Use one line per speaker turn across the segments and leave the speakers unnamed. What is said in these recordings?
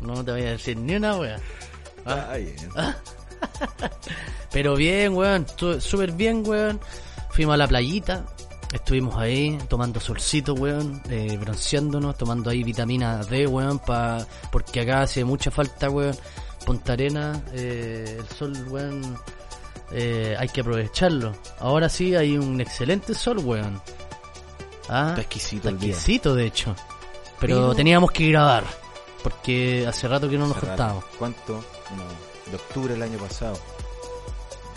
No te voy a decir ni una wea.
Ah, bien.
Pero bien, weón. estuve Súper bien, weón. Fuimos a la playita. Estuvimos ahí tomando solcito, weón. eh, bronceándonos, tomando ahí vitamina D, weón. Pa, porque acá hace mucha falta, weón. Punta Arena, eh, el sol, weón. eh, hay que aprovecharlo. Ahora sí hay un excelente sol, weón. Ah,
Está exquisito
está
el día.
exquisito, de hecho. Pero,
Pero-
teníamos que grabar. Porque hace rato que no nos
Hace rato.
juntábamos.
¿Cuánto? No, de octubre del año pasado.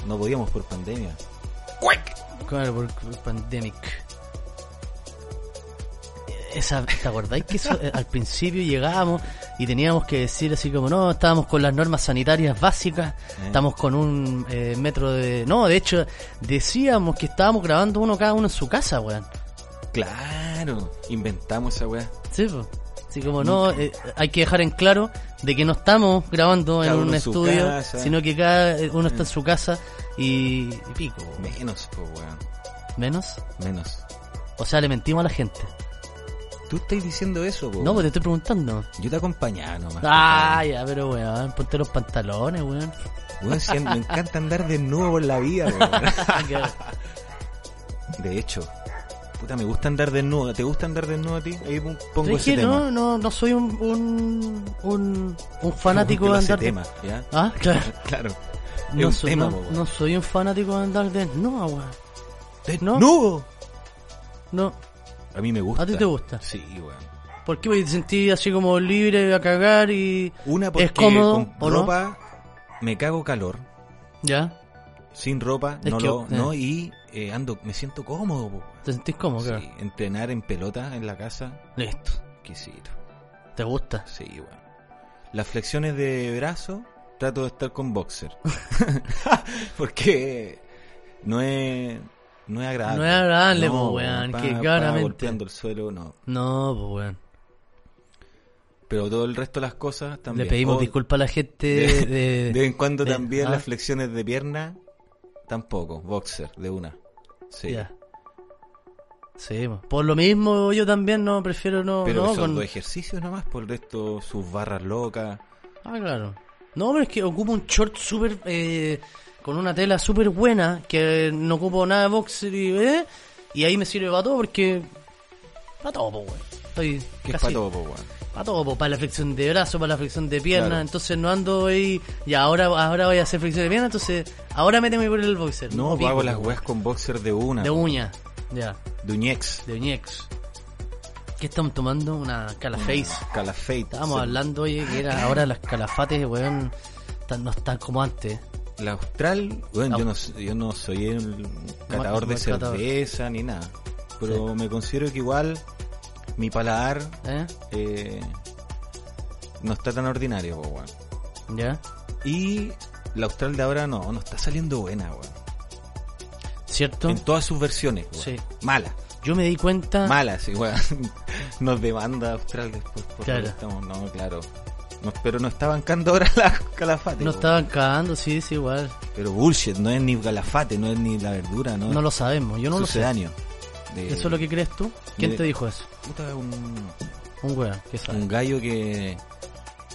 No podíamos por pandemia.
Claro, por por Pandemic. Esa, ¿Te acordáis que eso, eh, al principio llegábamos y teníamos que decir así como, no, estábamos con las normas sanitarias básicas,
Eh.
estamos con un eh, metro de... No, de hecho, decíamos que estábamos grabando uno cada uno en su casa, weón.
Claro, inventamos esa weá.
Sí, po. Así como, no, eh, hay que dejar en claro de que no estamos grabando
Cada
en
uno
un
en su
estudio,
casa.
sino que cada eh, uno está en su casa y, y pico,
Menos, po, weón.
menos.
Menos.
O sea, le mentimos a la gente.
Tú estás diciendo eso, po.
No, pues te estoy preguntando.
Yo te acompañaba nomás.
Ah, ya, pero weón, ponte los pantalones, weón.
Weón, sí, me encanta andar desnudo por la vida, weón.
Qué-
De hecho, puta, me gusta andar desnudo. ¿Te gusta andar desnudo a ti? Ahí pon- pongo
Es
ese
que
tema.
no, no, no soy un, un, un, un fanático
Pongo
de
ese
andar.
tema, ¿ya?
Ah, claro.
Claro. Es
No
un
soy,
tema,
no,
po, weón.
no soy un fanático de andar desnudo, weón. ¿no?
¡Desnudo!
No,
A mí me gusta.
¿A ti te gusta?
Sí, weón.
¿por qué Porque te sentí así como libre a cagar y.
Una porque
¿Es cómodo o
con
no?
ropa me cago calor.
Ya,
Sin ropa
Es
no
que-
lo
eh.
no y eh, ando me siento cómodo. po.
te sentís cómodo, claro.
Sí, entrenar en pelota en la casa,
Listo,
exquisito.
te gusta.
Sí, weón. Las flexiones de brazo trato de estar con boxer. porque no es no es agradable.
No es agradable, po,
weón,
weón,
pa-
que
pa
claramente.
golpeando el suelo, no.
No, pues weón.
Pero todo el resto de las cosas también.
Le pedimos
Oh,
disculpas a la gente de.
De, de vez en cuando
de-
también
ah.
las flexiones de pierna, tampoco, boxer, de una. Sí.
Ya. Sí, po. por lo mismo yo también no prefiero no.
Pero
no,
son
con-
dos ejercicios nomás, por el resto sus barras locas.
Ah, claro. No, pero es que ocupo un short súper. eh, con una tela súper buena, que no ocupo nada de boxer y. eh, y ahí me sirve para todo porque. Para todo, po, weón. Estoy
Que es
casi-
para todo, po, weón.
Para todo, po, para la flexión de brazo, para la flexión de pierna.
Claro.
Entonces no ando ahí. Y ahora, ahora voy a hacer flexión de pierna, entonces ahora méteme por el boxer.
No,
pico,
pago las
po,
weas con boxer de una.
De
po.
uña. Ya,
De uñex.
de uñex. ¿Qué estamos tomando? Una calaface.
Calafate.
Estábamos
Se-
hablando, oye, que era ahora las calafates, weón, tan- no están como antes.
La austral, weón, yo, no, s- yo no soy el catador
no
de
es catador.
cerveza ni nada. Pero me considero que igual mi paladar
¿Eh?
eh, no está tan ordinario, po, weón.
¿Ya?
Y la Austral de ahora no, no está saliendo buena, weón.
¿Cierto?
En todas sus versiones, weón.
Sí.
Mala,
Yo me di cuenta.
mala, sí, weón. Nos demanda Austral después por
Claro.
lo que estamos, no, claro. No, pero no está bancando ahora la calafate.
no
weón.
estaban cagando, sí, sí, igual.
Pero bullshit, no es ni calafate, no es ni la verdura, no,
No lo sabemos, yo no lo sé.
daño.
¿Eso es lo que crees tú? ¿Quién
de-
te dijo eso?
Puta, un,
Un weón, que sabe.
un gallo que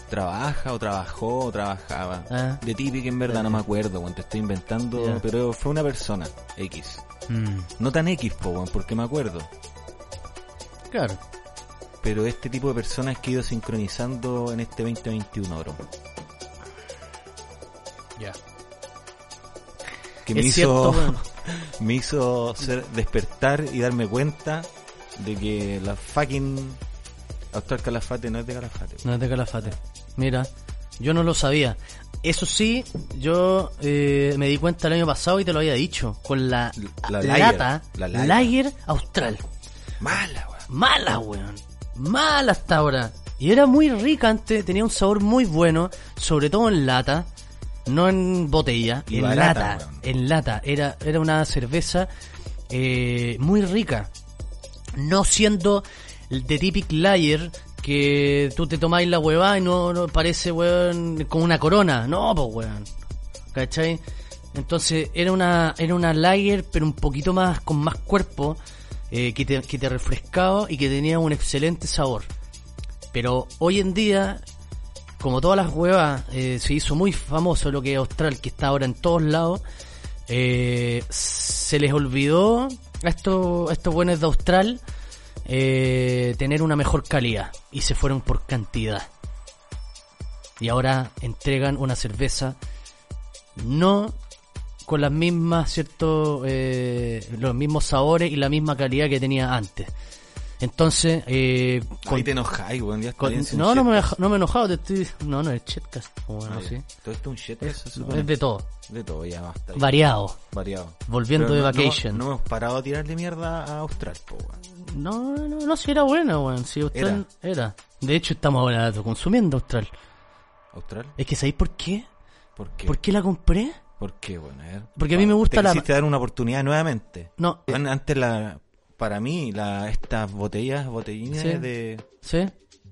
trabaja o trabajó o trabajaba.
Ah.
De típica en verdad, no me acuerdo, weón, te estoy inventando,
Ya.
pero fue una persona, X.
Mm,
No tan X, po, weón, porque me acuerdo.
Claro.
Pero este tipo de personas que he ido sincronizando en este 2021, bro.
Ya.
Que me
Es
hizo,
cierto, weón.
me hizo ser, despertar y darme cuenta de que la fucking actual calafate no es de calafate.
No es de Calafate. Mira, yo no lo sabía. Eso sí, yo eh, me di cuenta el año pasado y te lo había dicho. Con la,
La lager,
lata
la
lager.
lager.
austral.
Mala, weón.
Mala, weón. Mala hasta ahora. Y era muy rica antes, tenía un sabor muy bueno, sobre todo en lata. No en botella,
Y
en
barata,
lata.
weón.
En lata. Era, era una cerveza eh, muy rica. No siendo de típico layer que tú te tomáis la huevada y no, no parece, weón, con una corona. No, pues, weón. ¿Cachai? Entonces era una, era una lager, pero un poquito más, con más cuerpo, eh, que, te, que te refrescaba y que tenía un excelente sabor. Pero hoy en día, como todas las huevas, eh, se hizo muy famoso lo que es Austral, que está ahora en todos lados. Eh, se les olvidó a estos, a estos buenos de Austral eh, tener una mejor calidad y se fueron por cantidad. Y ahora entregan una cerveza no con las mismas, ¿cierto? Eh, los mismos sabores y la misma calidad que tenía antes. Entonces, eh,
Ahí te enojáis, weón. Ya
con-
estoy en
no, no me, he
shitcast.
enojado- no me he enojado, te estoy... No, no, es chatcast. Bueno,
Ah, ya.
sí.
Todo esto es un shitcast, se supone.
Es de todo.
De todo, ya basta. ya.
Variado.
Variado.
Volviendo
Pero
de
no- no-
vacation.
No, hemos parado a tirarle mierda a Austral, po, weón.
No, no, no, si era buena, weón. Si Austral era. De hecho, estamos ahora consumiendo Austral.
¿Austral?
Es que ¿sabéis por qué?
¿Por qué?
¿Por qué la compré?
¿Por qué, weón? A ver.
Porque a mí me gusta
te
la-
quisiste dar una oportunidad nuevamente.
No.
Weón, antes la... Para mí, la, estas botellas, botellines
Sí.
de
¿Sí?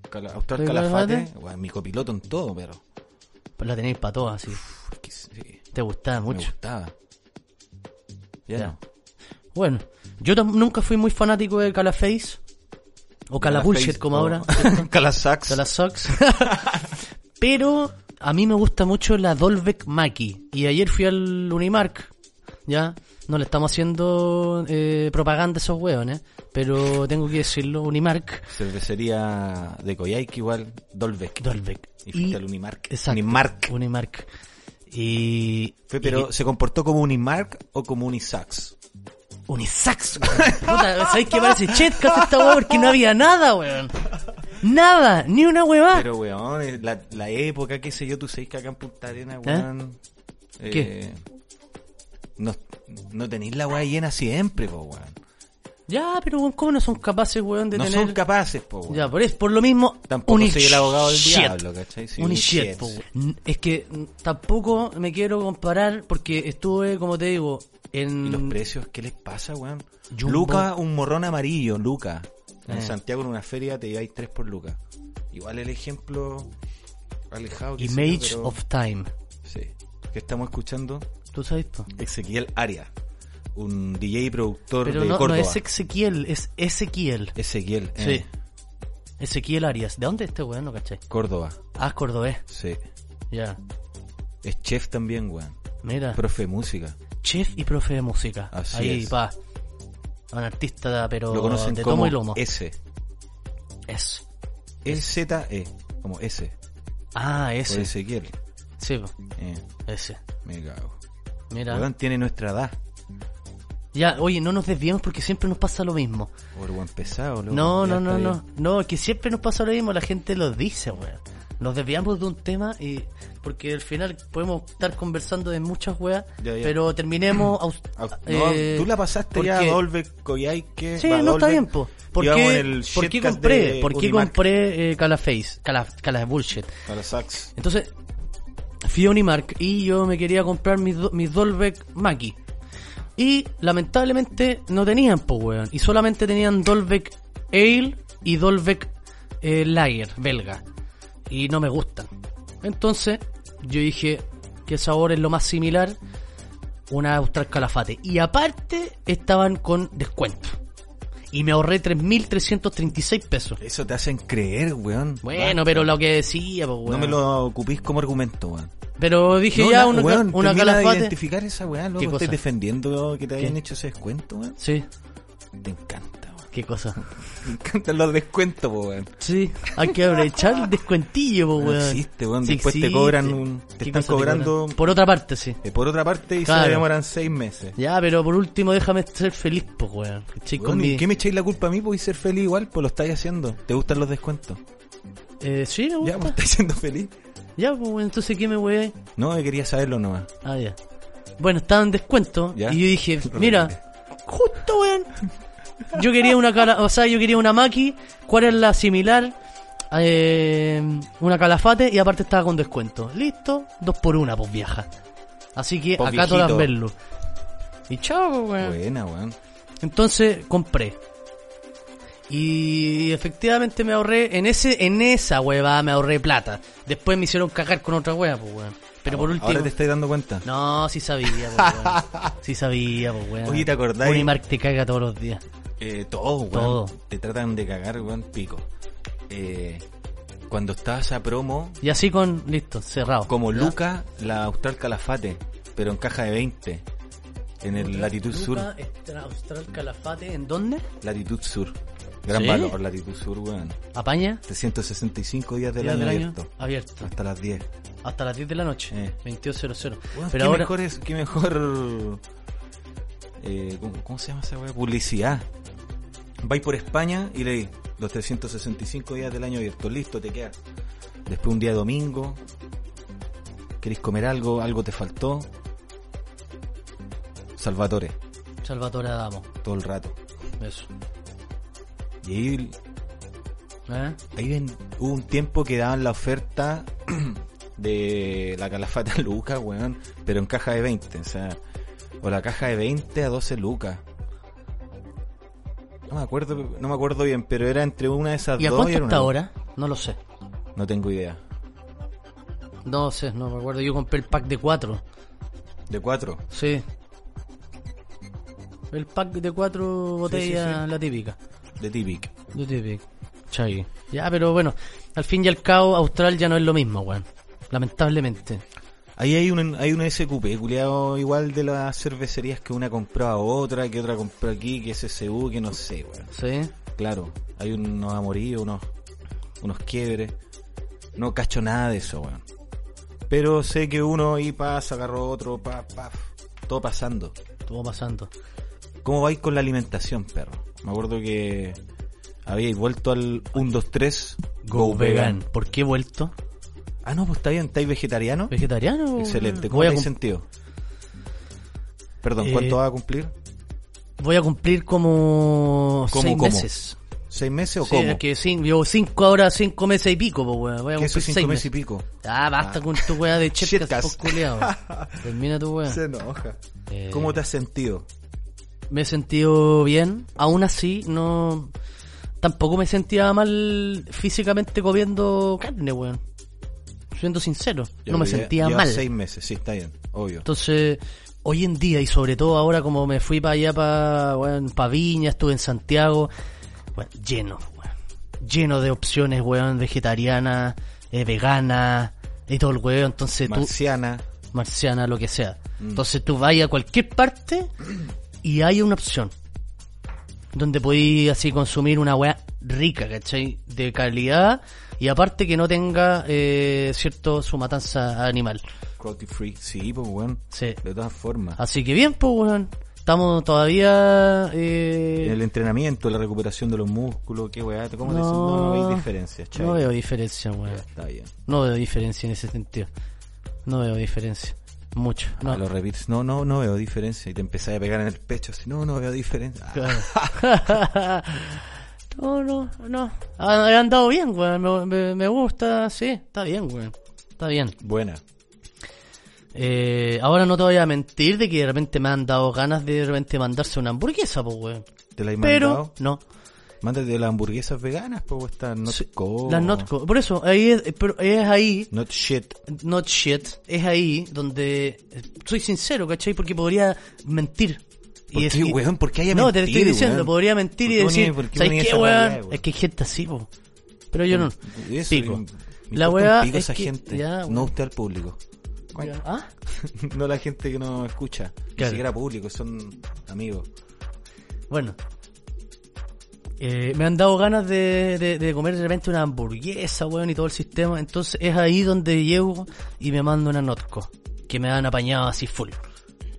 Cala- Austral
¿De
Calafate,
Calafate?
weón, mi copiloto en todo, pero...
Pues la tenéis para todas, así.
pff, que sí,
Te gustaba
me
mucho.
gustaba. Ya,
Ya.
no.
Bueno, yo tam- nunca fui muy fanático de Calaface. O Calapulchet, como ahora.
Calasax.
de las Sox. Pero a mí me gusta mucho la Dolbeck Maki. Y ayer fui al Unimark. Ya, no le estamos haciendo eh, propaganda a esos hueones. Pero tengo que decirlo, Unimark.
Cervecería de Coyhaique igual, Dolbeck.
Dolbeck.
Y fuiste al Unimark.
Exacto,
Unimark.
Unimark. Y...
Fue, pero ¿se comportó como Unimark o como Unisax?
Unisax, weón. Puta, ¿sabéis qué parece? Chetcast esta weón porque no había nada, weón. Nada, ni una huevada.
Pero, weón, eh, la, la época, qué sé yo, tú sabes que acá en Punta Arena, weón. eh,
¿Qué?
no, no tenéis la weá llena siempre, po, weón.
Ya, pero weón, ¿cómo no son capaces, weón, de
No
tener...
son capaces, po, weón.
Ya, por, es, por lo mismo.
Tampoco soy el abogado del
unishit.
diablo, ¿cachai? Sí,
Unishit,
unishit.
po, weón. Es que mm, tampoco me quiero comparar porque estuve, como te digo, en.
¿Y los precios? ¿Qué les pasa, weón?
mm. Jumbo.
Luca, un morrón amarillo, Luca. En
Eh.
Santiago en una feria te lleváis tres por Luca. Igual el ejemplo alejado que
Image of Time.
Sí. Que estamos escuchando
¿Tú sabes esto?
Ezequiel Aria, un DJ y productor
Pero
de
no, no
Córdoba.
es Ezequiel, es Ezequiel.
Ezequiel, eh,
Sí. Ezequiel Arias. ¿De dónde es este weón? No caché.
Córdoba.
Ah, es cordobés.
Sí.
Ya.
Es chef también, weón.
Mira.
Profe de música.
Chef y profe de música.
Así
Ahí,
es.
pa. Un artista, pero
Lo conocen
de
como
tomo y lomo.
S.
Eso.
E-Z-E. Como S.
Ah,
Por
ese.
Ezequiel.
Sí, po.
Eh,
ese.
me cago.
Mira.
Weón, tiene nuestra edad.
Ya, oye, no nos desviemos porque siempre nos pasa lo mismo.
Por buen pesado, loco.
No,
Ya
no, no,
está
no.
bien.
No, es que siempre nos pasa lo mismo, la gente lo dice, weón. Nos desviamos de un tema y. Porque al final podemos estar conversando de muchas weas,
Ya, ya.
pero terminemos. aus-
Ah, no,
eh,
tú la pasaste
¿por
ya a
qué?
Dolbe, Coyhaique.
Sí,
va a
no está
Dolbe.
bien, po. ¿Por
Íbamos en
qué,
el
¿por qué
shitcast
compré,
de
¿por qué
Unimark
compré eh, Calaface? Cala, Cala Bullshit.
Para Sax.
Entonces, fui a Unimark y yo me quería comprar mis, do- mis Dolbeck Maki. Y lamentablemente no tenían, po, weón. Y solamente tenían Dolbeck Ale y Dolbeck eh, Lager, belga. Y no me gustan. Entonces, yo dije que sabor es lo más similar una Austral Calafate. Y aparte, estaban con descuento. Y me ahorré 3.336 pesos.
Eso te hacen creer, weón.
Bueno, pero lo que decía, pues, weón.
No me lo ocupís como argumento, weón.
Pero dije
No,
ya
na-
una,
weón,
una
termina de
calafate.
identificar esa weá, loco.
¿Qué
Estás
cosa?
defendiendo que te hayan
¿Qué?
hecho ese descuento, weón.
Sí,
Te encanta, weón.
qué cosa.
Te encantan los descuentos, po, weón.
Sí, hay que aprovechar el descuentillo, po,
No
weón.
existe, weón.
Sí
Después te
existe.
cobran un- te
¿Qué
están
cosa
cobrando-
cobran? Por otra parte, sí.
Eh, por otra parte, y se
Claro.
demoran seis meses.
Ya, pero por último déjame ser feliz, po, weón. ¿Cachai?
Weón,
Con
¿y
mi-
¿Qué me echáis la culpa a mí? Podéis ser feliz igual, pues lo estáis haciendo. ¿Te gustan los descuentos?
Eh, sí, me
Ya, pues
gusta.
estáis siendo feliz.
Ya, pues, weón, entonces ¿qué me weé?
No, yo quería saberlo nomás.
Ah, ya. Bueno, estaba en descuento
Ya.
y yo dije, mira, justo, weón. Yo quería una cara, o sea, yo quería una maqui, cuál es la similar, Eh, una calafate y aparte estaba con descuento. Listo, dos por una, pues vieja. Así que
Pues,
acá
viejito.
todas verlo. Y chao, pues, weón.
Buena, weón.
Entonces compré. Y efectivamente me ahorré, en ese, en esa hueva me ahorré plata. Después me hicieron cagar con otra hueva, pues weón. Pero por último.
Ah, Ahora te estáis dando cuenta.
No, sí sabía, pues, weón. Sí sabía, pues, weón.
Oye, ¿te acordás?
Unimark te caga todos los días.
Eh, todo, weón.
Todo.
Te tratan de cagar, weón, pico. Eh, cuando estaba esa promo,
Y así con, listo, cerrado.
como Luca, la Austral Calafate, pero en caja de 20. En el Latitud Sur.
Austral Calafate, ¿en dónde?
Latitud Sur. Gran
¿Sí?
valor, Latitud Sur, weón.
Apaña.
365 días del
Día
año,
del año,
abierto.
abierto.
Hasta las 10.
Hasta las 10 de la noche.
Eh.
22.00.
Weón,
Pero
qué
ahora.
mejor es, qué mejor eh, ¿cómo, cómo se llama esa weá? Publicidad. Vais por España y leí los 365 días del año abierto, listo, te queda. Después un día domingo, querés comer algo, algo te faltó. Salvatore,
Salvatore Adamo.
todo el rato.
Eso.
Y ahí,
¿Eh?
ahí ven- hubo un tiempo que daban la oferta de la calafata Luca, weón, pero en caja de 20, o sea, o la caja de 20 a 12 lucas. No me acuerdo, no me acuerdo bien, pero era entre una de esas
¿Y a
dos
cuánto
era
está
una-
ahora? No lo sé.
No tengo idea.
No sé, no me acuerdo. Yo compré el pack de 4.
De cuatro.
Sí. El pack de 4 botellas, la típica.
De Típic.
La típica. ¿cachai? Ya, pero bueno, al fin y al cabo, Austral ya no es lo mismo, weón. Lamentablemente.
Ahí hay un, hay un SQP, culiado igual de las cervecerías que una compró a otra, que otra compró aquí, que SSU, que no sé, weón.
¿Sí?
Claro, hay unos amoríos, unos, unos quiebres. No cacho nada de eso, weón. Pero sé que uno y pasa, agarró otro, pa, pa, todo pasando.
Estuvo pasando.
¿Cómo vais con la alimentación, perro? Me acuerdo que habíais vuelto al 1, 2, 3.
Go vegan. ¿Por qué he vuelto?
Ah, no, pues está bien, estáis vegetariano.
¿Vegetariano? weón?
Excelente. ¿Cómo
Voy a,
te has
cum-
sentido? Perdón,
Eh,
¿cuánto vas a cumplir?
voy a cumplir como
¿Cómo,
seis
cómo?
meses.
¿Seis meses o
Sí,
cómo?
es que cin- llevo cinco ahora, cinco meses y pico, pues, weón. Voy a
Que
cumplir
eso es cinco
seis
meses y
meses.
pico.
Ah, basta con tu weá de chepcas,
Shitcast.
po, culiao. Termina tu weá.
Se enoja.
Ah. Eh,
¿Cómo te has sentido?
Me he sentido bien. Aún así, no. Tampoco me sentía mal físicamente comiendo carne, weón. Siendo sincero,
Ya,
no me
pues, ya-
sentía
llevas
mal.
seis meses, sí, está bien, obvio.
Entonces, hoy en día y sobre todo ahora como me fui para allá, para Viña, estuve en Santiago, bueno, lleno, weón. lleno de opciones, weón, vegetariana, eh, vegana y todo el weón. Entonces tú,
Marciana,
marciana, lo que sea.
Mm.
Entonces tú vas a cualquier parte y hay una opción. Donde podéis así consumir una weá rica, ¿cachai? De calidad y aparte que no tenga, eh, cierto, su matanza animal.
cruelty free, sí, pues weón.
Sí.
De todas formas.
Así que bien, pues, weón. Estamos todavía... eh,
El entrenamiento, la recuperación de los músculos, qué weá, ¿cómo te
No.
sientes? No, no hay diferencias,
no
chaval.
veo diferencia, weón.
Está bien.
No veo diferencia en ese sentido. No veo diferencia. Mucho. No.
No. Lo repites, no, no, no veo diferencia. Y te empezás a pegar en el pecho, así, no, no veo diferencia.
Claro.
Ah,
no, no, no. Ha, he andado bien, weón. Me, me- me gusta, sí. Está bien, weón. Está bien.
buena.
Eh, ahora no te voy a mentir de que de repente me han dado ganas de, de repente mandarse una hamburguesa, pues, weón.
¿Te la has
Pero,
mandado?
no.
Mándate las hamburguesas veganas, pues estas not
Sí,
co.
Las not co- Por eso, ahí es, pero es ahí,
Not shit.
not shit, es ahí donde eh, soy sincero, ¿cachai? Porque podría mentir.
¿Por qué,
decir-
weón? ¿Por qué hay a
No, te lo estoy
mentir,
diciendo,
weón?
podría mentir
¿Por
y
qué
decir,
ponía- por qué
¿sabes
ponía
qué,
esa
weón?
weá, weón?
Es que hay gente así, po. Pero yo no.
Eso,
Pico.
me- me
La
importa un
weá
pico
es
esa
que-
gente.
ya, weón.
no usted al público.
Ya, ¿Ah?
no la gente que no escucha. Ni
Claro.
siquiera público, son amigos.
Bueno. Eh, me han dado ganas de, de- de comer de repente una hamburguesa, weón, y todo el sistema. Entonces es ahí donde llego y me mando una notco. Que me han apañado así full.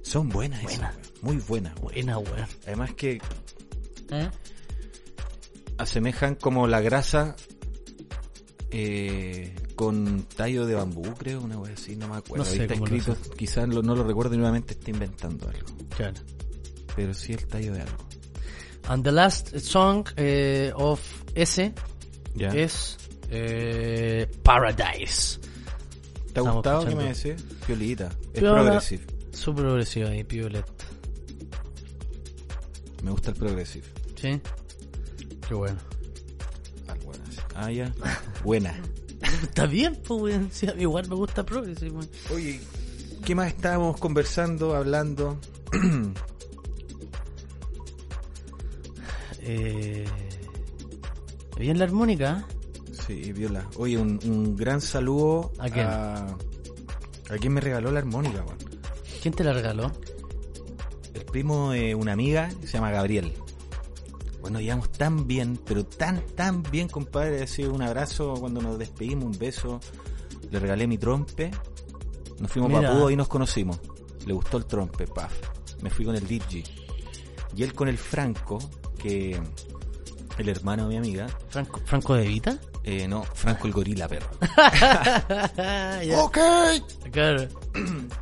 Son buenas esas,
Buena.
weón. Muy buenas, weón.
Buena, weón.
Además que asemejan como la grasa eh, con tallo de bambú, creo, una vez así, no me acuerdo.
No sé
Ahí está
cómo lo
escrito, quizás lo- no lo recuerdo y nuevamente está inventando algo.
Claro.
Pero sí el tallo de algo.
And the last song eh, of S
¿Ya?
es eh, Paradise.
¿Te ha
Estamos
gustado? ¿Qué
escuchando.
me decís? Piolita. Es
Piola.
progressive.
Súper progresiva ahí, Piolet.
Me gusta el progressive.
¿Sí? Qué bueno.
Algunas. Ah, ya. Buena.
Está bien, pues, weón. Sí, a mí igual me gusta progresiva, weón.
Oye, ¿qué más estábamos conversando, hablando?
Eh, bien la armónica. ¿eh?
Sí, Viola. Oye, un, un gran saludo
¿A quién?
a... ¿A quién me regaló la armónica, weón?
¿Quién te la regaló?
El primo de una amiga que se llama Gabriel. Bueno, llevamos tan bien, pero tan, tan bien, compadre. Ha sido un abrazo cuando nos despedimos, un beso. Le regalé mi trompe. Nos fuimos
Mira.
para Pudo y nos conocimos. Le gustó el trompe, paf. Me fui con el DJ. Y él con el Franco, que el hermano de mi amiga.
¿Franco, Franco de Vita?
Eh, no, Franco el gorila, perro.
Ya,
¡Ok!
Claro.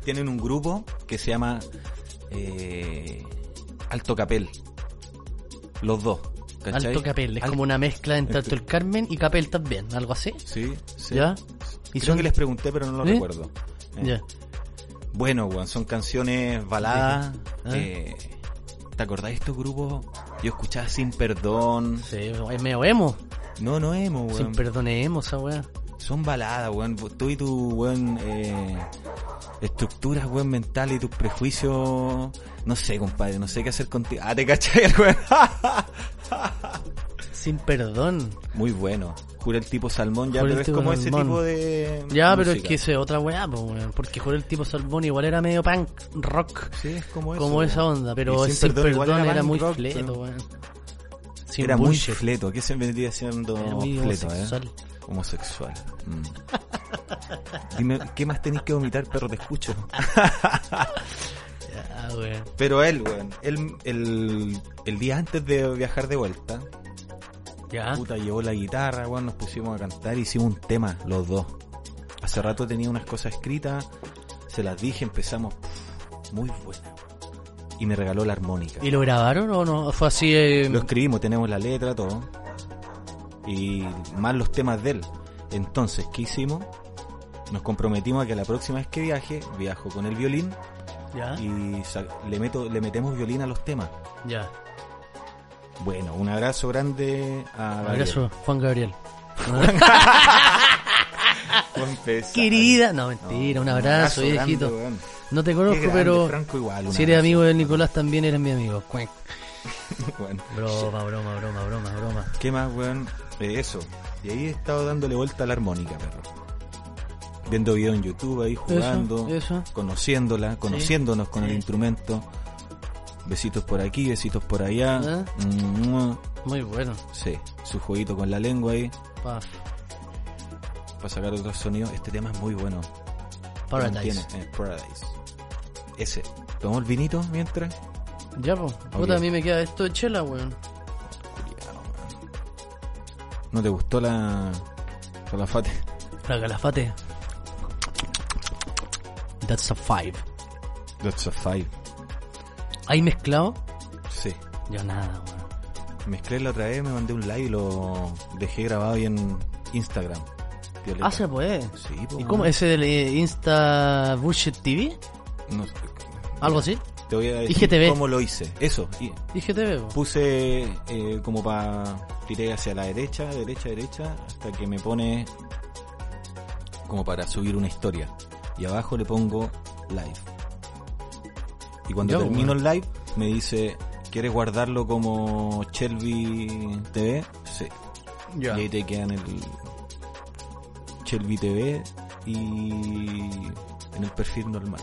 Tienen un grupo que se llama eh, Alto Capel. Los dos. ¿cachai?
Alto Capel. Es
Al-
como una mezcla entre
Alto-
Alto el Carmen y Capel también. Algo así.
Sí, sí.
¿Ya?
Y
Y
Creo
son-
que les pregunté, pero no lo
¿Sí?
recuerdo. Eh,
Ya.
Bueno, weón, son canciones baladas.
Ah.
eh, ¿Te acordáis de estos grupos? Yo escuchaba Sin Perdón.
Sí, es medio emo.
No, no emo, weón.
Sin perdonemos esa weá.
Son baladas, weón. Tú y tu, weón, eh, estructuras, weón, mental y tus prejuicios. No sé, compadre, no sé qué hacer contigo. Ah, te cachai, weón.
Sin perdón.
Muy bueno. Jura el tipo salmón, ya,
Jura el
pero es
tipo
como ese
salmón.
tipo de.
Ya, pero es
música.
que esa es otra weá, po, weón, porque juré el tipo Salbón igual era medio punk, rock,
Sí, es como eso.
como esa
weón.
onda,
Y
pero
Sin
sin, perdón,
igual
era,
punk
muy
rock,
fleto,
pero
weón. Sin
Era muy
bullshit,
fleto. ¿Qué se vendría siendo
era muy
fleto, eh?
homosexual.
Homosexual. Mm. Dime, ¿qué más tenéis que vomitar, perro? Te escucho.
Ya, weón.
Pero él, weón, él, el, el día antes de viajar de vuelta,
Ya.
puta, llevó la guitarra, weón, nos pusimos a cantar, hicimos un tema, los dos. Hace rato tenía unas cosas escritas, se las dije, empezamos pff, muy buena. Y me regaló la armónica.
¿Y lo grabaron o no? Fue así eh,
Lo escribimos, tenemos la letra, todo. Y más los temas de él. Entonces, ¿qué hicimos? Nos comprometimos a que la próxima vez que viaje, viajo con el violín
ya.
y sa- le, meto, le metemos violín a los temas.
Ya.
Bueno, un abrazo grande a Gabriel.
Abrazo, Juan Gabriel.
Juan Pesaro.
Querida, no
No,
mentira, un abrazo, viejito.
grande, weón.
no te
Qué
conozco,
grande,
pero
Franco igual, un
si eres
abrazo,
amigo del Nicolás también eres mi amigo. Cuec.
weón.
Broma, broma, broma, broma, broma.
¿Qué más, weón? Eh, eso. Y ahí he estado dándole vuelta a la armónica, perro. Viendo video en YouTube, ahí jugando,
eso.
conociéndola, conociéndonos con el
sí.
instrumento. Besitos por aquí, besitos por allá.
¿Ah?
Mm,
Muy bueno.
Sí, su jueguito con la lengua ahí,
Pa,
para sacar otros sonidos. Este tema es muy bueno.
Paradise.
Tiene- eh, Paradise. Ese. ¿Tomó el vinito mientras?
Ya, po.
Ok.
Puta, a mí me queda esto de chela, weón.
Culiao, weón. ¿No te gustó la... la fate?
La calafate. That's a five.
That's a five.
¿Hay mezclado?
Sí.
Yo nada, weón.
Mezclé la otra vez, me mandé un live y lo dejé grabado ahí en Instagram. Violeta.
Ah, se puede.
Sí, po,
¿Y cómo?
weón.
¿Ese del eh, Insta Bullshit TV?
No sé.
¿Algo así?
Te voy a decir
IGTV.
cómo lo hice. Eso. y
IGTV, po.
puse eh, como para... Tiré hacia la derecha, derecha, derecha, hasta que me pone como para subir una historia. Y abajo le pongo live. Y cuando
Ya,
termino
weón.
el live, me dice, ¿quieres guardarlo como Shelby TV? Sí. Y ahí te quedan el Shelby TV y en el perfil normal.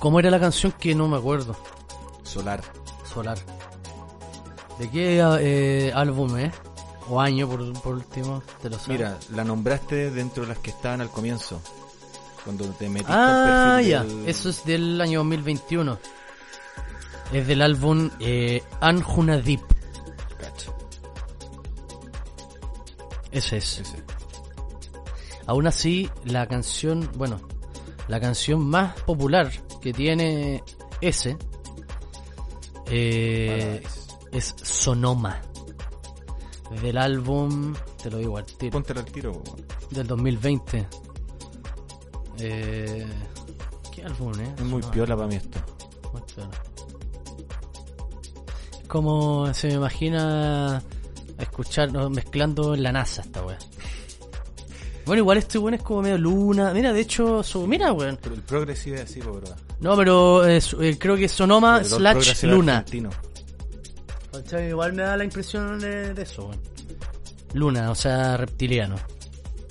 ¿Cómo era la canción que no me acuerdo?
Solar.
Solar. ¿De qué eh, álbum es? O año, por, por último, te lo sabes.
Mira, la nombraste dentro de las que estaban al comienzo. Cuando te metiste
Ah,
al perfil
ya.
del-
Eso es del año 2021. Es del álbum eh, Anjuna Deep.
Cacha,
Ese es.
ese.
Aún así, la canción, bueno, la canción más popular que tiene ese eh,
Paradise.
es Sonoma. Del álbum, te lo digo al tiro,
Ponte al tiro. weón.
del 2020. Eh, ¿Qué álbum, eh?
Es muy
Sonoma.
piola para mí esto.
Muy claro. Es Como se me imagina escuchar no, mezclando en la NASA esta weá. Bueno, igual este weón es como medio luna. Mira, de hecho, su. Mira, weón.
Pero el progresivo es así, po, bro.
No, pero eh, su- eh, creo que es Sonoma
Pero el
slash
progresivo
luna.
argentino.
¿Cachai? Igual me da la impresión eh, de, de eso, weón. Luna, o sea, reptiliano.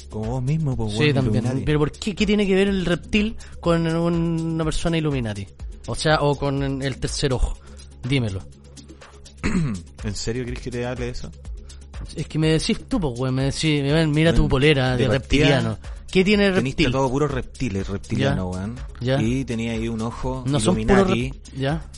Como vos mismo, pues,
sí, también. Pero ¿por qué, qué tiene que ver el reptil con un- una persona Illuminati? O sea, o con el tercer ojo. Dímelo.
¿En serio crees que te hable de eso?
Es que me decís tú, pues, güey, me decís, ven, mira tu
Ven,
polera
de
de,
partida,
reptiliano. ¿Qué tiene el
Teniste
reptil?
todo puros reptiles, reptiliano, weón.
Ya.
Y tenía ahí un ojo
No son puros
Illuminati.
rep- ya.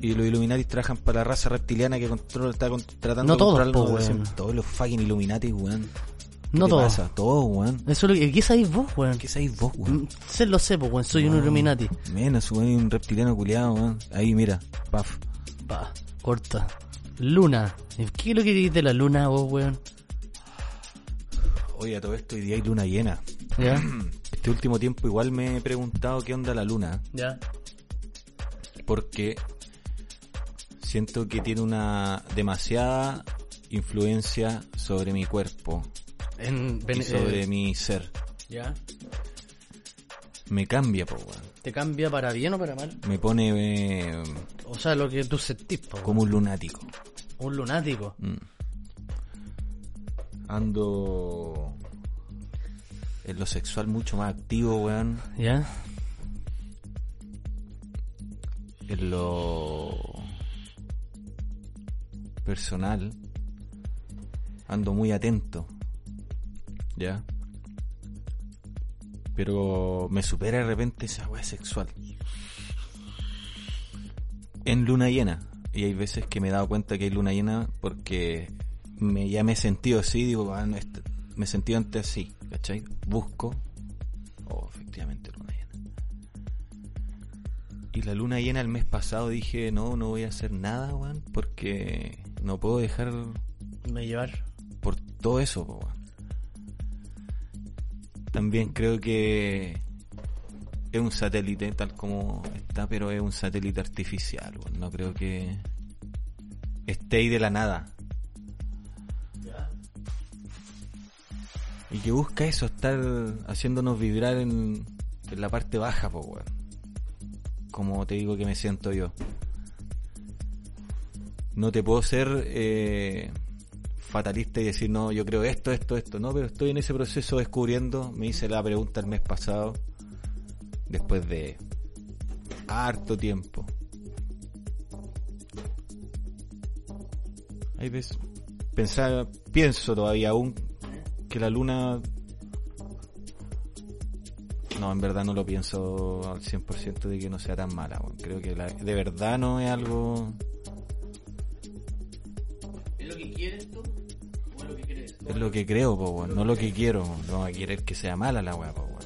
Y los Illuminati trabajan para la raza reptiliana que controla, está con- tratando
No
de
todos,
controlarnos
po,
desde
weón.
siempre. Todos los fucking Illuminati, weón. ¿Qué
No
te
todos.
pasa? Todos, weón.
Eso es lo que, ¿Qué sabéis vos, güey?
¿Qué sabéis vos,
Mm,
weón?
Se lo sé, pues, güey, soy un Illuminati.
Menos, weón, un reptiliano culiado, weón. Ahí, mira, paf.
Pa, corta. Luna. ¿Qué es lo que dices de la luna vos, güey?
Oye, a todo esto hoy día hay luna llena.
¿Ya?
Este último tiempo igual me he preguntado qué onda la luna.
¿Ya?
porque siento que tiene una demasiada influencia sobre mi cuerpo
En,
y
ven-
sobre
eh,
mi ser.
¿Ya?
Me cambia, po, weón.
¿Te cambia para bien o para mal?
Me pone eh,
O sea, lo que tú sentís, po, güey.
como un lunático.
Un lunático.
Mm. Ando en lo sexual mucho más activo, weón.
¿Ya?
En lo personal. Ando muy atento. ¿Ya? Pero me supera de repente esa weá sexual. En luna llena. Y hay veces que me he dado cuenta que hay luna llena porque me, ya me he sentido así, digo, "Ah, no, este- me he sentido antes así, ¿cachai? Busco. Oh, efectivamente, luna llena. Y la luna llena el mes pasado dije, no, no voy a hacer nada, weón, porque no puedo dejar
Me llevar.
por todo eso, po, weón. También creo que es un satélite tal como está, pero es un satélite artificial, weón. No creo que esté ahí de la nada. Y que busca eso, estar haciéndonos vibrar en, en la parte baja, po, weón. Como te digo que me siento yo. No te puedo ser eh, fatalista y decir, no, yo creo esto, esto, esto, no, pero estoy en ese proceso descubriendo. Me hice la pregunta el mes pasado, después de harto tiempo. Hay veces. Pensar, pienso todavía aún que la luna. No, en verdad no lo pienso al 100% de que no sea tan mala. weón. Creo que la- de verdad no es algo.
¿Es lo que quieres tú o es lo que crees?
Es lo que creo, po, weón, no lo que quiero. weón. No voy a querer que sea mala la weá, po, weón.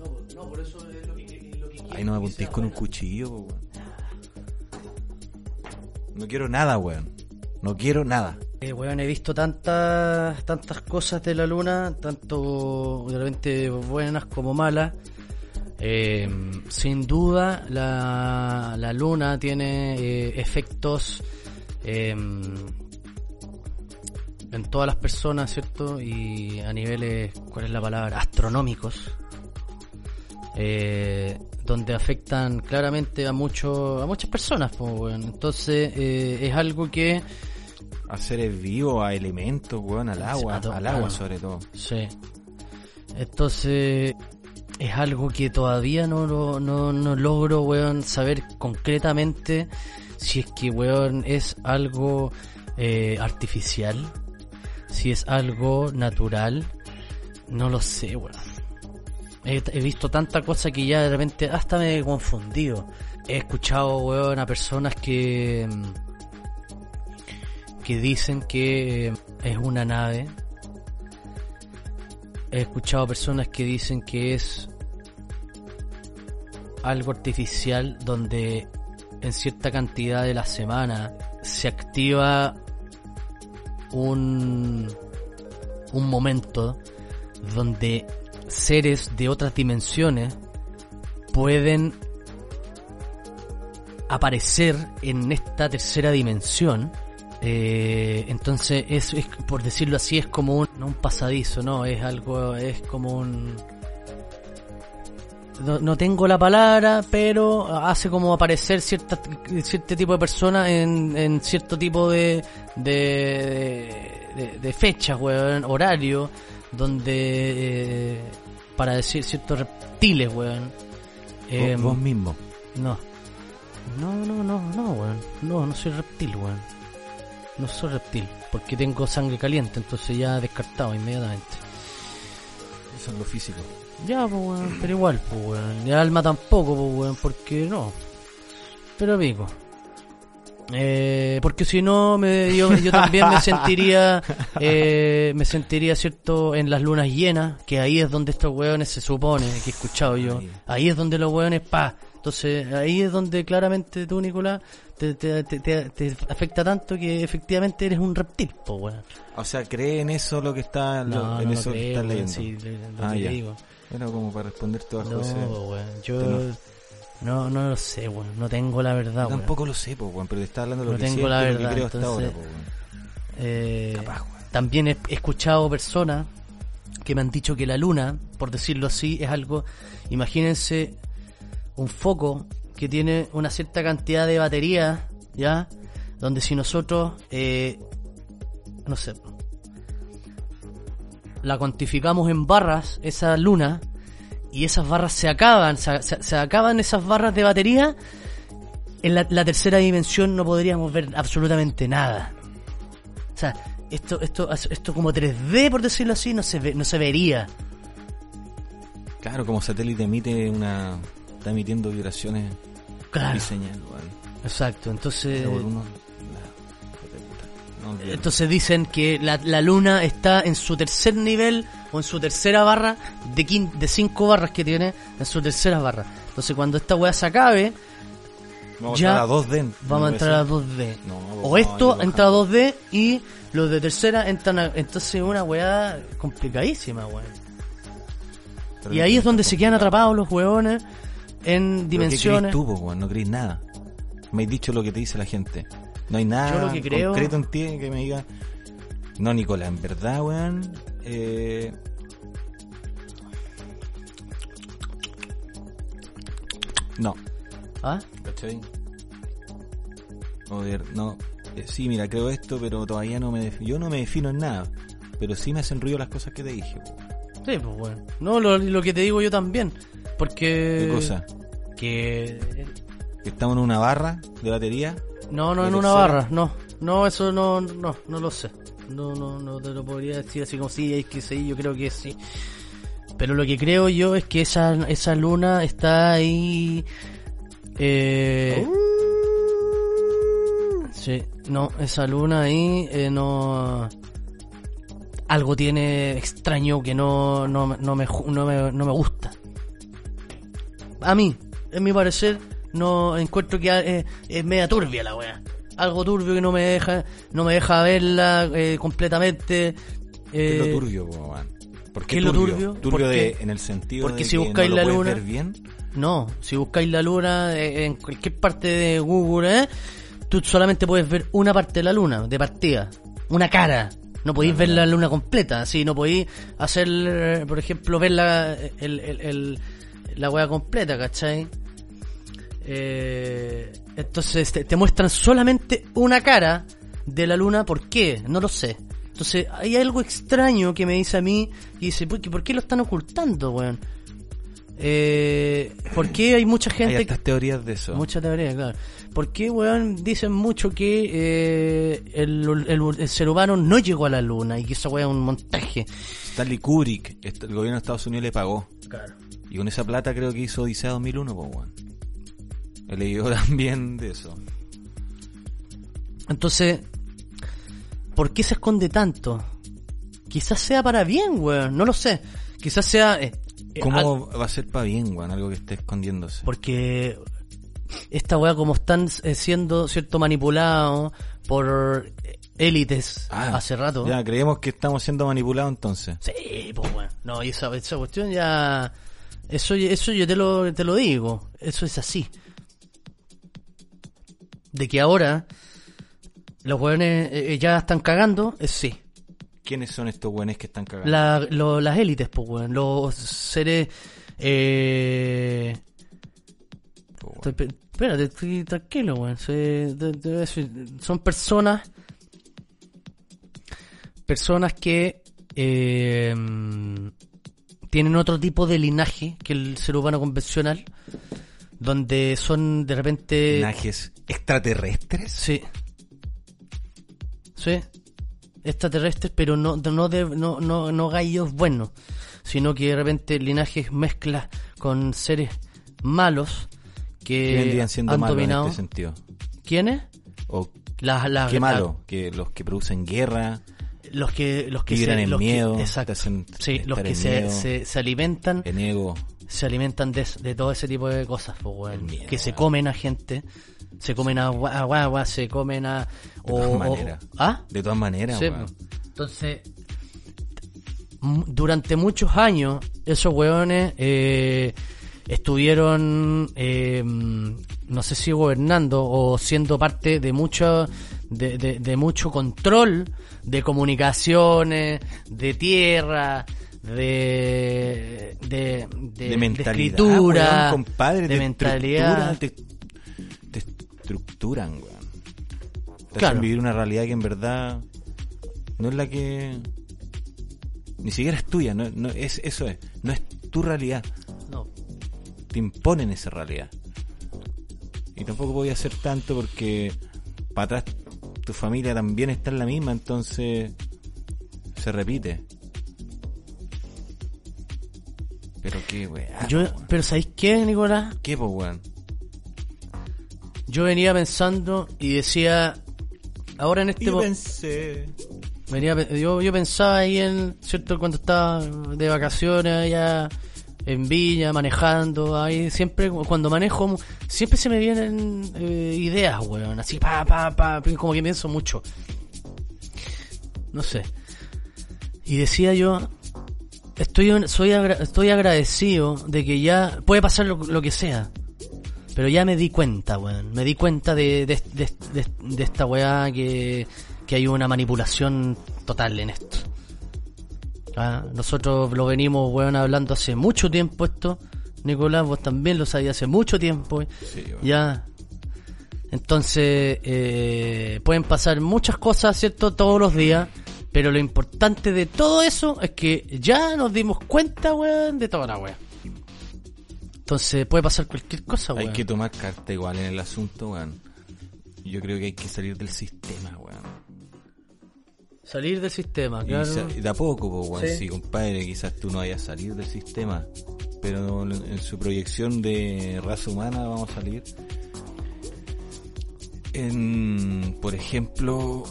No, no, por eso es lo que, lo que quieres.
Ahí no me apuntís con un cuchillo, po, weón. No quiero nada, weón. No quiero nada.
Eh, weón, he visto tantas tantas cosas de la luna, tanto de repente buenas como malas. Eh, sin duda, la, la luna tiene eh, efectos eh, en todas las personas, ¿cierto? Y a niveles, ¿cuál es la palabra? Astronómicos. eh, donde afectan claramente a, mucho, a muchas personas. Pues, weón. Entonces, eh, es algo que...
A seres vivos, a elementos, weón, al agua.
a todo,
Al agua
claro.
sobre todo.
Sí. Entonces, es algo que todavía no, lo- no, no logro, weón, saber concretamente si es que, weón, es algo eh, artificial, si es algo natural. No lo sé, weón. He, he visto tanta cosa que ya de repente hasta me he confundido. He escuchado, weón, a personas que... mm, que dicen que eh, es una nave, He escuchado personas que dicen que es algo artificial donde en cierta cantidad de la semana se activa un, un momento donde seres de otras dimensiones pueden aparecer en esta tercera dimensión. Eh, entonces, es, es, por decirlo así, es como un, no un pasadizo, no, es algo, es como un... No, no tengo la palabra, pero hace como aparecer cierta, cierto tipo de personas en, en cierto tipo de, de, de, de fechas, weón, horario, donde, eh, para decir ciertos reptiles, weón.
Vos-
Em,
vos mismo.
no. No, no, no, no, weón. No, no soy reptil, weón. No soy reptil. Porque tengo sangre caliente, entonces ya descartado inmediatamente.
Eso es lo físico.
Ya, pues, weón. Pero igual, pues, weón. Y alma tampoco, pues, weón. Porque no. Pero pico. Eh, porque si no, me, yo, yo también me sentiría, eh, me sentiría, ¿cierto?, en las lunas llenas, que ahí es donde estos hueones se supone, que he escuchado yo, ahí es donde los hueones, pa, entonces ahí es donde claramente tú, Nicolás, te, te, te, te- te afecta tanto que efectivamente eres un reptil, po, weón.
O sea, cree en eso lo que está, lo-
No,
en
no lo
eso que
creo,
estás
weón,
leyendo.
sí, lo- lo
Ah,
que
ya.
digo.
Era como para responderte bajo
No,
ese.
weón, yo
tenor.
no, no lo sé, weón, no tengo la verdad, weón.
Tampoco lo sé, po, weón, pero te estaba hablando de lo
No
que
tengo
siento y
la
lo
verdad,
que creo hasta ahora,
entonces-
po, weón.
Eh,
Capaz, weón.
También he he escuchado personas que me han dicho que la luna, por decirlo así, es algo, imagínense un foco que tiene una cierta cantidad de batería, ¿ya? Donde si nosotros, eh, no sé, la cuantificamos en barras, esa luna, y esas barras se acaban, se, se- se acaban esas barras de batería, en la, la tercera dimensión no podríamos ver absolutamente nada. O sea, esto, esto, esto como 3D, por decirlo así, no se, ve- no se vería.
Claro, como satélite emite una. Está emitiendo vibraciones
Claro, Eh,
y señal, weón.
exacto. Entonces,
Pero uno- la- puta, puta. No, olvídalo.
entonces dicen que la, la luna está en su tercer nivel o en su tercera barra de, quin- de cinco barras que tiene, en su tercera barra. Entonces, cuando esta weá se acabe,
vamos
ya
a entrar a 2D.
Vamos a entrar a 2D. o esto entra a 2D y los de tercera entran a... Entonces una weá complicadísima, weón. Y ahí es donde se quedan atrapados los weones en
¿Qué crees
dimensiones.
tú, po, weón? No crees nada. Me has dicho lo que te dice la gente. No hay nada
Yo lo que creo-
concreto en ti que me diga. No, Nicolás, en verdad, weón. Eh, No,
¿Ah?
¿cachai? Joder, no. Eh, sí, mira, creo esto, pero todavía no me. def- Yo no me defino en nada. Pero sí me hacen ruido las cosas que te dije. po.
Sí, pues weón. No, lo, lo que te digo yo también. Porque...
¿Qué cosa?
Que...
Que estamos en una barra de batería.
No, no,
¿De
en una
tercera?
barra, no. No, eso no, no, no lo sé. No, no, no te lo podría decir así como sí, es que sí, yo creo que sí. Pero lo que creo yo es que esa, esa luna está ahí. Eh,
Oh.
Sí, no, esa luna ahí eh, no. Algo tiene extraño que no, no, me- no, me, ju- no, me, no me gusta. A mí, en mi parecer, no encuentro que eh, es media turbia la wea. Algo turbio que no me deja, no me deja verla eh, completamente.
¿Qué es
eh,
lo turbio, po, man? ¿Por
¿qué es lo turbio?
Turbio
¿Por
de,
qué?
en el sentido
Porque
de
si
que
buscáis
no
la
lo puedes
luna-
ver bien.
No, si buscáis la luna eh, en cualquier parte de Google, ¿eh? tú solamente puedes ver una parte de la luna, de partida, una cara. No podéis ver la luna completa, así, no podéis hacer, eh, por ejemplo, ver la, el, el- el- la hueá completa, ¿cachai? Eh, entonces te, te muestran solamente una cara de la luna, ¿por qué? No lo sé. Entonces hay algo extraño que me dice a mí y dice, "Puy, ¿por qué lo están ocultando, weón? Eh, ¿Por qué hay mucha
Hay
gente... que-
estas teorías de eso.
Mucha teoría, claro. ¿Por qué, weón, dicen mucho que eh, el, el- el ser humano no llegó a la luna y que esa weón es un montaje?
Stanley Kubrick, est- el gobierno de Estados Unidos le pagó.
Claro.
Y con esa plata creo que hizo Odisea 2001, po, weón. He leído también de eso.
Entonces, ¿por qué se esconde tanto? Quizás sea para bien, weón, no lo sé. Quizás sea... eh, eh, al-
¿Cómo va a ser para bien, weón? Algo que esté escondiéndose.
porque esta weá como están eh, siendo, ¿cierto?, manipulados por eh, élites
Ah,
hace rato.
Ya, creemos que estamos siendo manipulados entonces.
Sí, pues bueno. No, y esa, esa cuestión ya. Eso, eso yo te lo, te lo digo. Eso es así. De que ahora los hueones eh, eh, ya están cagando, eh, sí.
¿Quiénes son estos weones que están cagando?
La- eh, lo- las élites, pues weón. Los seres. Eh,
po, weón?
estoy pe- espérate, estoy tranquilo, weón. Se- de- de- de- Son personas. Personas que. eh, tienen otro tipo de linaje que el ser humano convencional. Donde son de repente.
¿Linajes extraterrestres?
Sí. Sí. Extraterrestres, pero no, no, de- no, no, no gallos buenos, sino que de repente linajes mezcla con seres malos
Que
que
vendrían siendo
han
malos en
dominado. Ah,
este sentido.
¿Quiénes?
O
Las, las-
qué
las-
malo, que los que producen guerra,
los que los que
Vibran
se,
en
los que-
miedo,
exacto.
te hacen
Sí, los
estar
que
en
se,
miedo. Eh.
se, se alimentan
en ego.
se alimentan de, de todo ese tipo de cosas, pues, weón.
El miedo,
que se
weón.
comen a gente, se comen a gua- a guagua, se comen a
De
o-
todas
o-
maneras.
¿Ah?
De todas maneras,
Sí, pues,
weón.
po. Entonces, m- durante muchos años, esos hueones eh, estuvieron, eh, no sé si gobernando o siendo parte de mucho, de, de- de mucho control de comunicaciones, de tierra. De, de, eh, de,
de,
de
mentalidad,
escritura,
weón, compadre,
de,
te
mentalidad.
estructuran, Te, te estructuran, weón. Te
Claro.
hacen vivir una realidad que en verdad no es la que Ni siquiera es tuya, no, no, es, eso es. No es tu realidad.
No.
Te imponen esa realidad. Y tampoco podía hacer tanto porque para atrás tu familia también está en la misma, entonces se repite. Pero qué weá.
Yo,
po, weón.
pero ¿sabéis qué, Nicolás?
¿Qué po, weón?
Yo venía pensando y decía, ahora en este
Yo
mo-
pensé.
venía pe- yo, yo pensaba ahí en, ¿cierto? Cuando estaba de vacaciones allá en Villa, manejando, ahí siempre, cuando manejo, siempre se me vienen eh, ideas, weón, así, pa, pa, pa, como que pienso mucho. No sé. Y decía yo, estoy, un- soy agra- estoy agradecido de que ya puede pasar lo, lo que sea. Pero ya me di cuenta, weón. Me di cuenta de, de, de- de- de esta weá que, que hay una manipulación total en esto. Ah, Nosotros lo venimos, weón, hablando hace mucho tiempo esto. Nicolás, vos también lo sabías hace mucho tiempo.
Sí, weón.
Ya. Entonces, eh, pueden pasar muchas cosas, ¿cierto? Todos los días. Pero lo importante de todo eso es que ya nos dimos cuenta, weón, de toda la weón. Entonces, puede pasar cualquier cosa,
Hay
Ah, weón.
que tomar carta igual en el asunto, weón. Yo creo que hay que salir del sistema, weón.
Salir del sistema,
Y
Ah, claro.
sa- de a poco, po, weón.
Sí.
Sí. compadre, quizás tú no vayas a salir del sistema. Pero en en su proyección de raza humana vamos a salir. En, por ejemplo,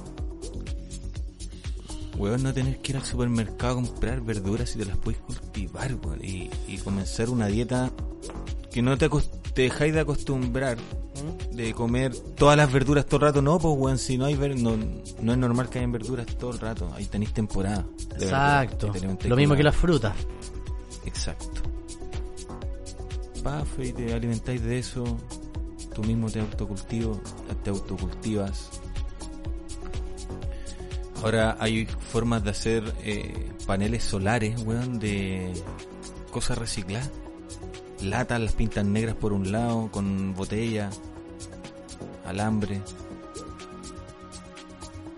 weón, no tener que ir al supermercado a comprar verduras si te las puedes cultivar, weón. Y, y comenzar una dieta que no te, acos- te dejáis de acostumbrar
¿Mm?
de comer todas las verduras todo el rato. No, pues, weón, si no hay ver, no, no es normal que hayan verduras todo el rato. Ahí tenéis temporada. de verduras,
Exacto.
y te levantáis
Lo mismo
con
que
la-
las frutas.
Exacto. Paf, y te alimentáis de eso. Tú mismo te autocultivo, te autocultivas. Ahora hay formas de hacer eh, paneles solares, weón, de cosas recicladas. Latas, las pintas negras por un lado, con botella, alambre.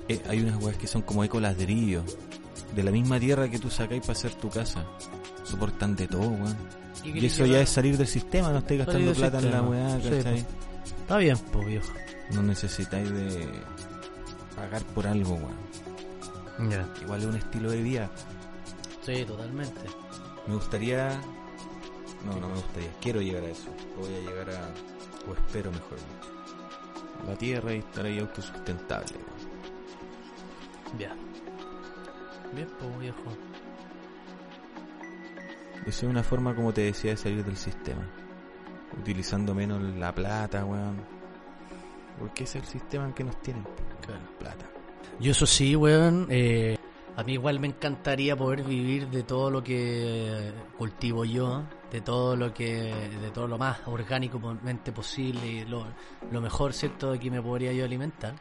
Eh, hay unas weas que son como ecoladrillo, de la misma tierra que tú sacáis para hacer tu casa. Soportan de todo, weón.
Y
Y eso ya es salir del sistema, no estáis
Salir
gastando
del
plata en la
sistema.
weá,
Sí,
¿cachai?
Está bien, pues, viejo.
No necesitáis de pagar por algo, weón.
Ya.
Igual es un estilo de vida.
Sí, totalmente.
Me gustaría. No, no me gustaría. Quiero llegar a eso. Voy a llegar a. O espero mejor. dicho, La tierra y estar ahí autosustentable. weón.
Ya. Bien, pues, viejo.
Eso es una forma, como te decía, de salir del sistema. Utilizando menos la plata, weón. Porque ese es el sistema en que nos tienen. pues,
Claro.
Plata.
Yo eso sí, weón. eh, a mí igual me encantaría poder vivir de todo lo que cultivo yo, de todo lo que, de todo lo más orgánicamente posible, y lo, lo mejor, ¿cierto?, de que me podría yo alimentar.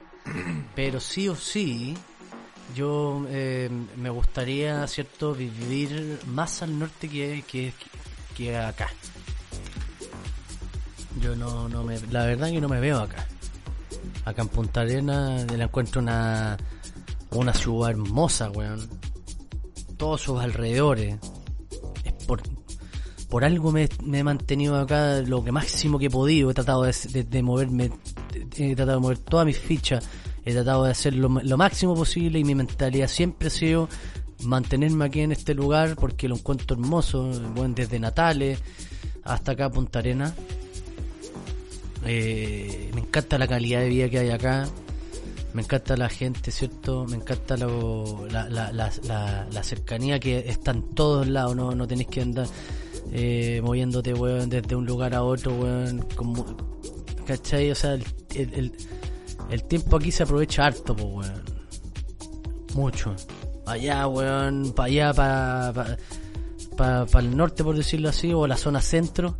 Pero sí o sí, yo eh, me gustaría, ¿cierto?, vivir más al norte que, que, que acá. Yo no, no me, la verdad que no me veo acá. Acá en Punta Arenas la encuentro una, una ciudad hermosa, weón. Todos sus alrededores. Es por, por algo me, me he mantenido acá lo que máximo que he podido. He tratado de, de- de moverme, he tratado de mover todas mis fichas. He tratado de hacer lo, lo máximo posible y mi mentalidad siempre ha sido mantenerme aquí en este lugar porque lo encuentro hermoso. Bueno, desde Natales hasta acá Punta Arenas. Eh, me encanta la calidad de vida que hay acá. Me encanta la gente, ¿cierto? Me encanta lo- la, la- la- la- la cercanía que está en todos lados. No, no tenés que andar eh, moviéndote, weón, desde un lugar a otro, weón. como- ¿Cachai? O sea, el, el- el- el tiempo aquí se aprovecha harto, pues, weón. Mucho. Allá, weón, para allá, para el norte, por decirlo así, o la zona centro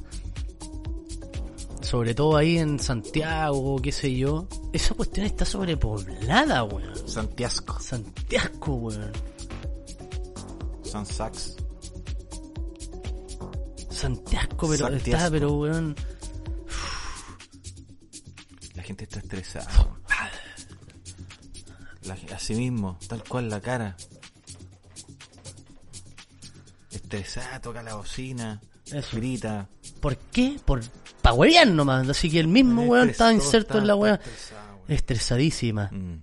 sobre todo ahí en Santiago, qué sé yo, esa cuestión está sobrepoblada, weón.
Santiasco.
Santiago, weón.
San Sax.
Santiago, pero está,
Santiago.
pero weón.
La gente está estresada. weón. La- así mismo, tal cual la cara. estresada, toca la bocina,
Eso.
grita.
¿Por qué? Por pa' huevear nomás. Así que el mismo
Está
weón estaba
estresado,
inserto en la
está-
weá. Eh,
está estresado, weón.
Estresadísima.
Mm.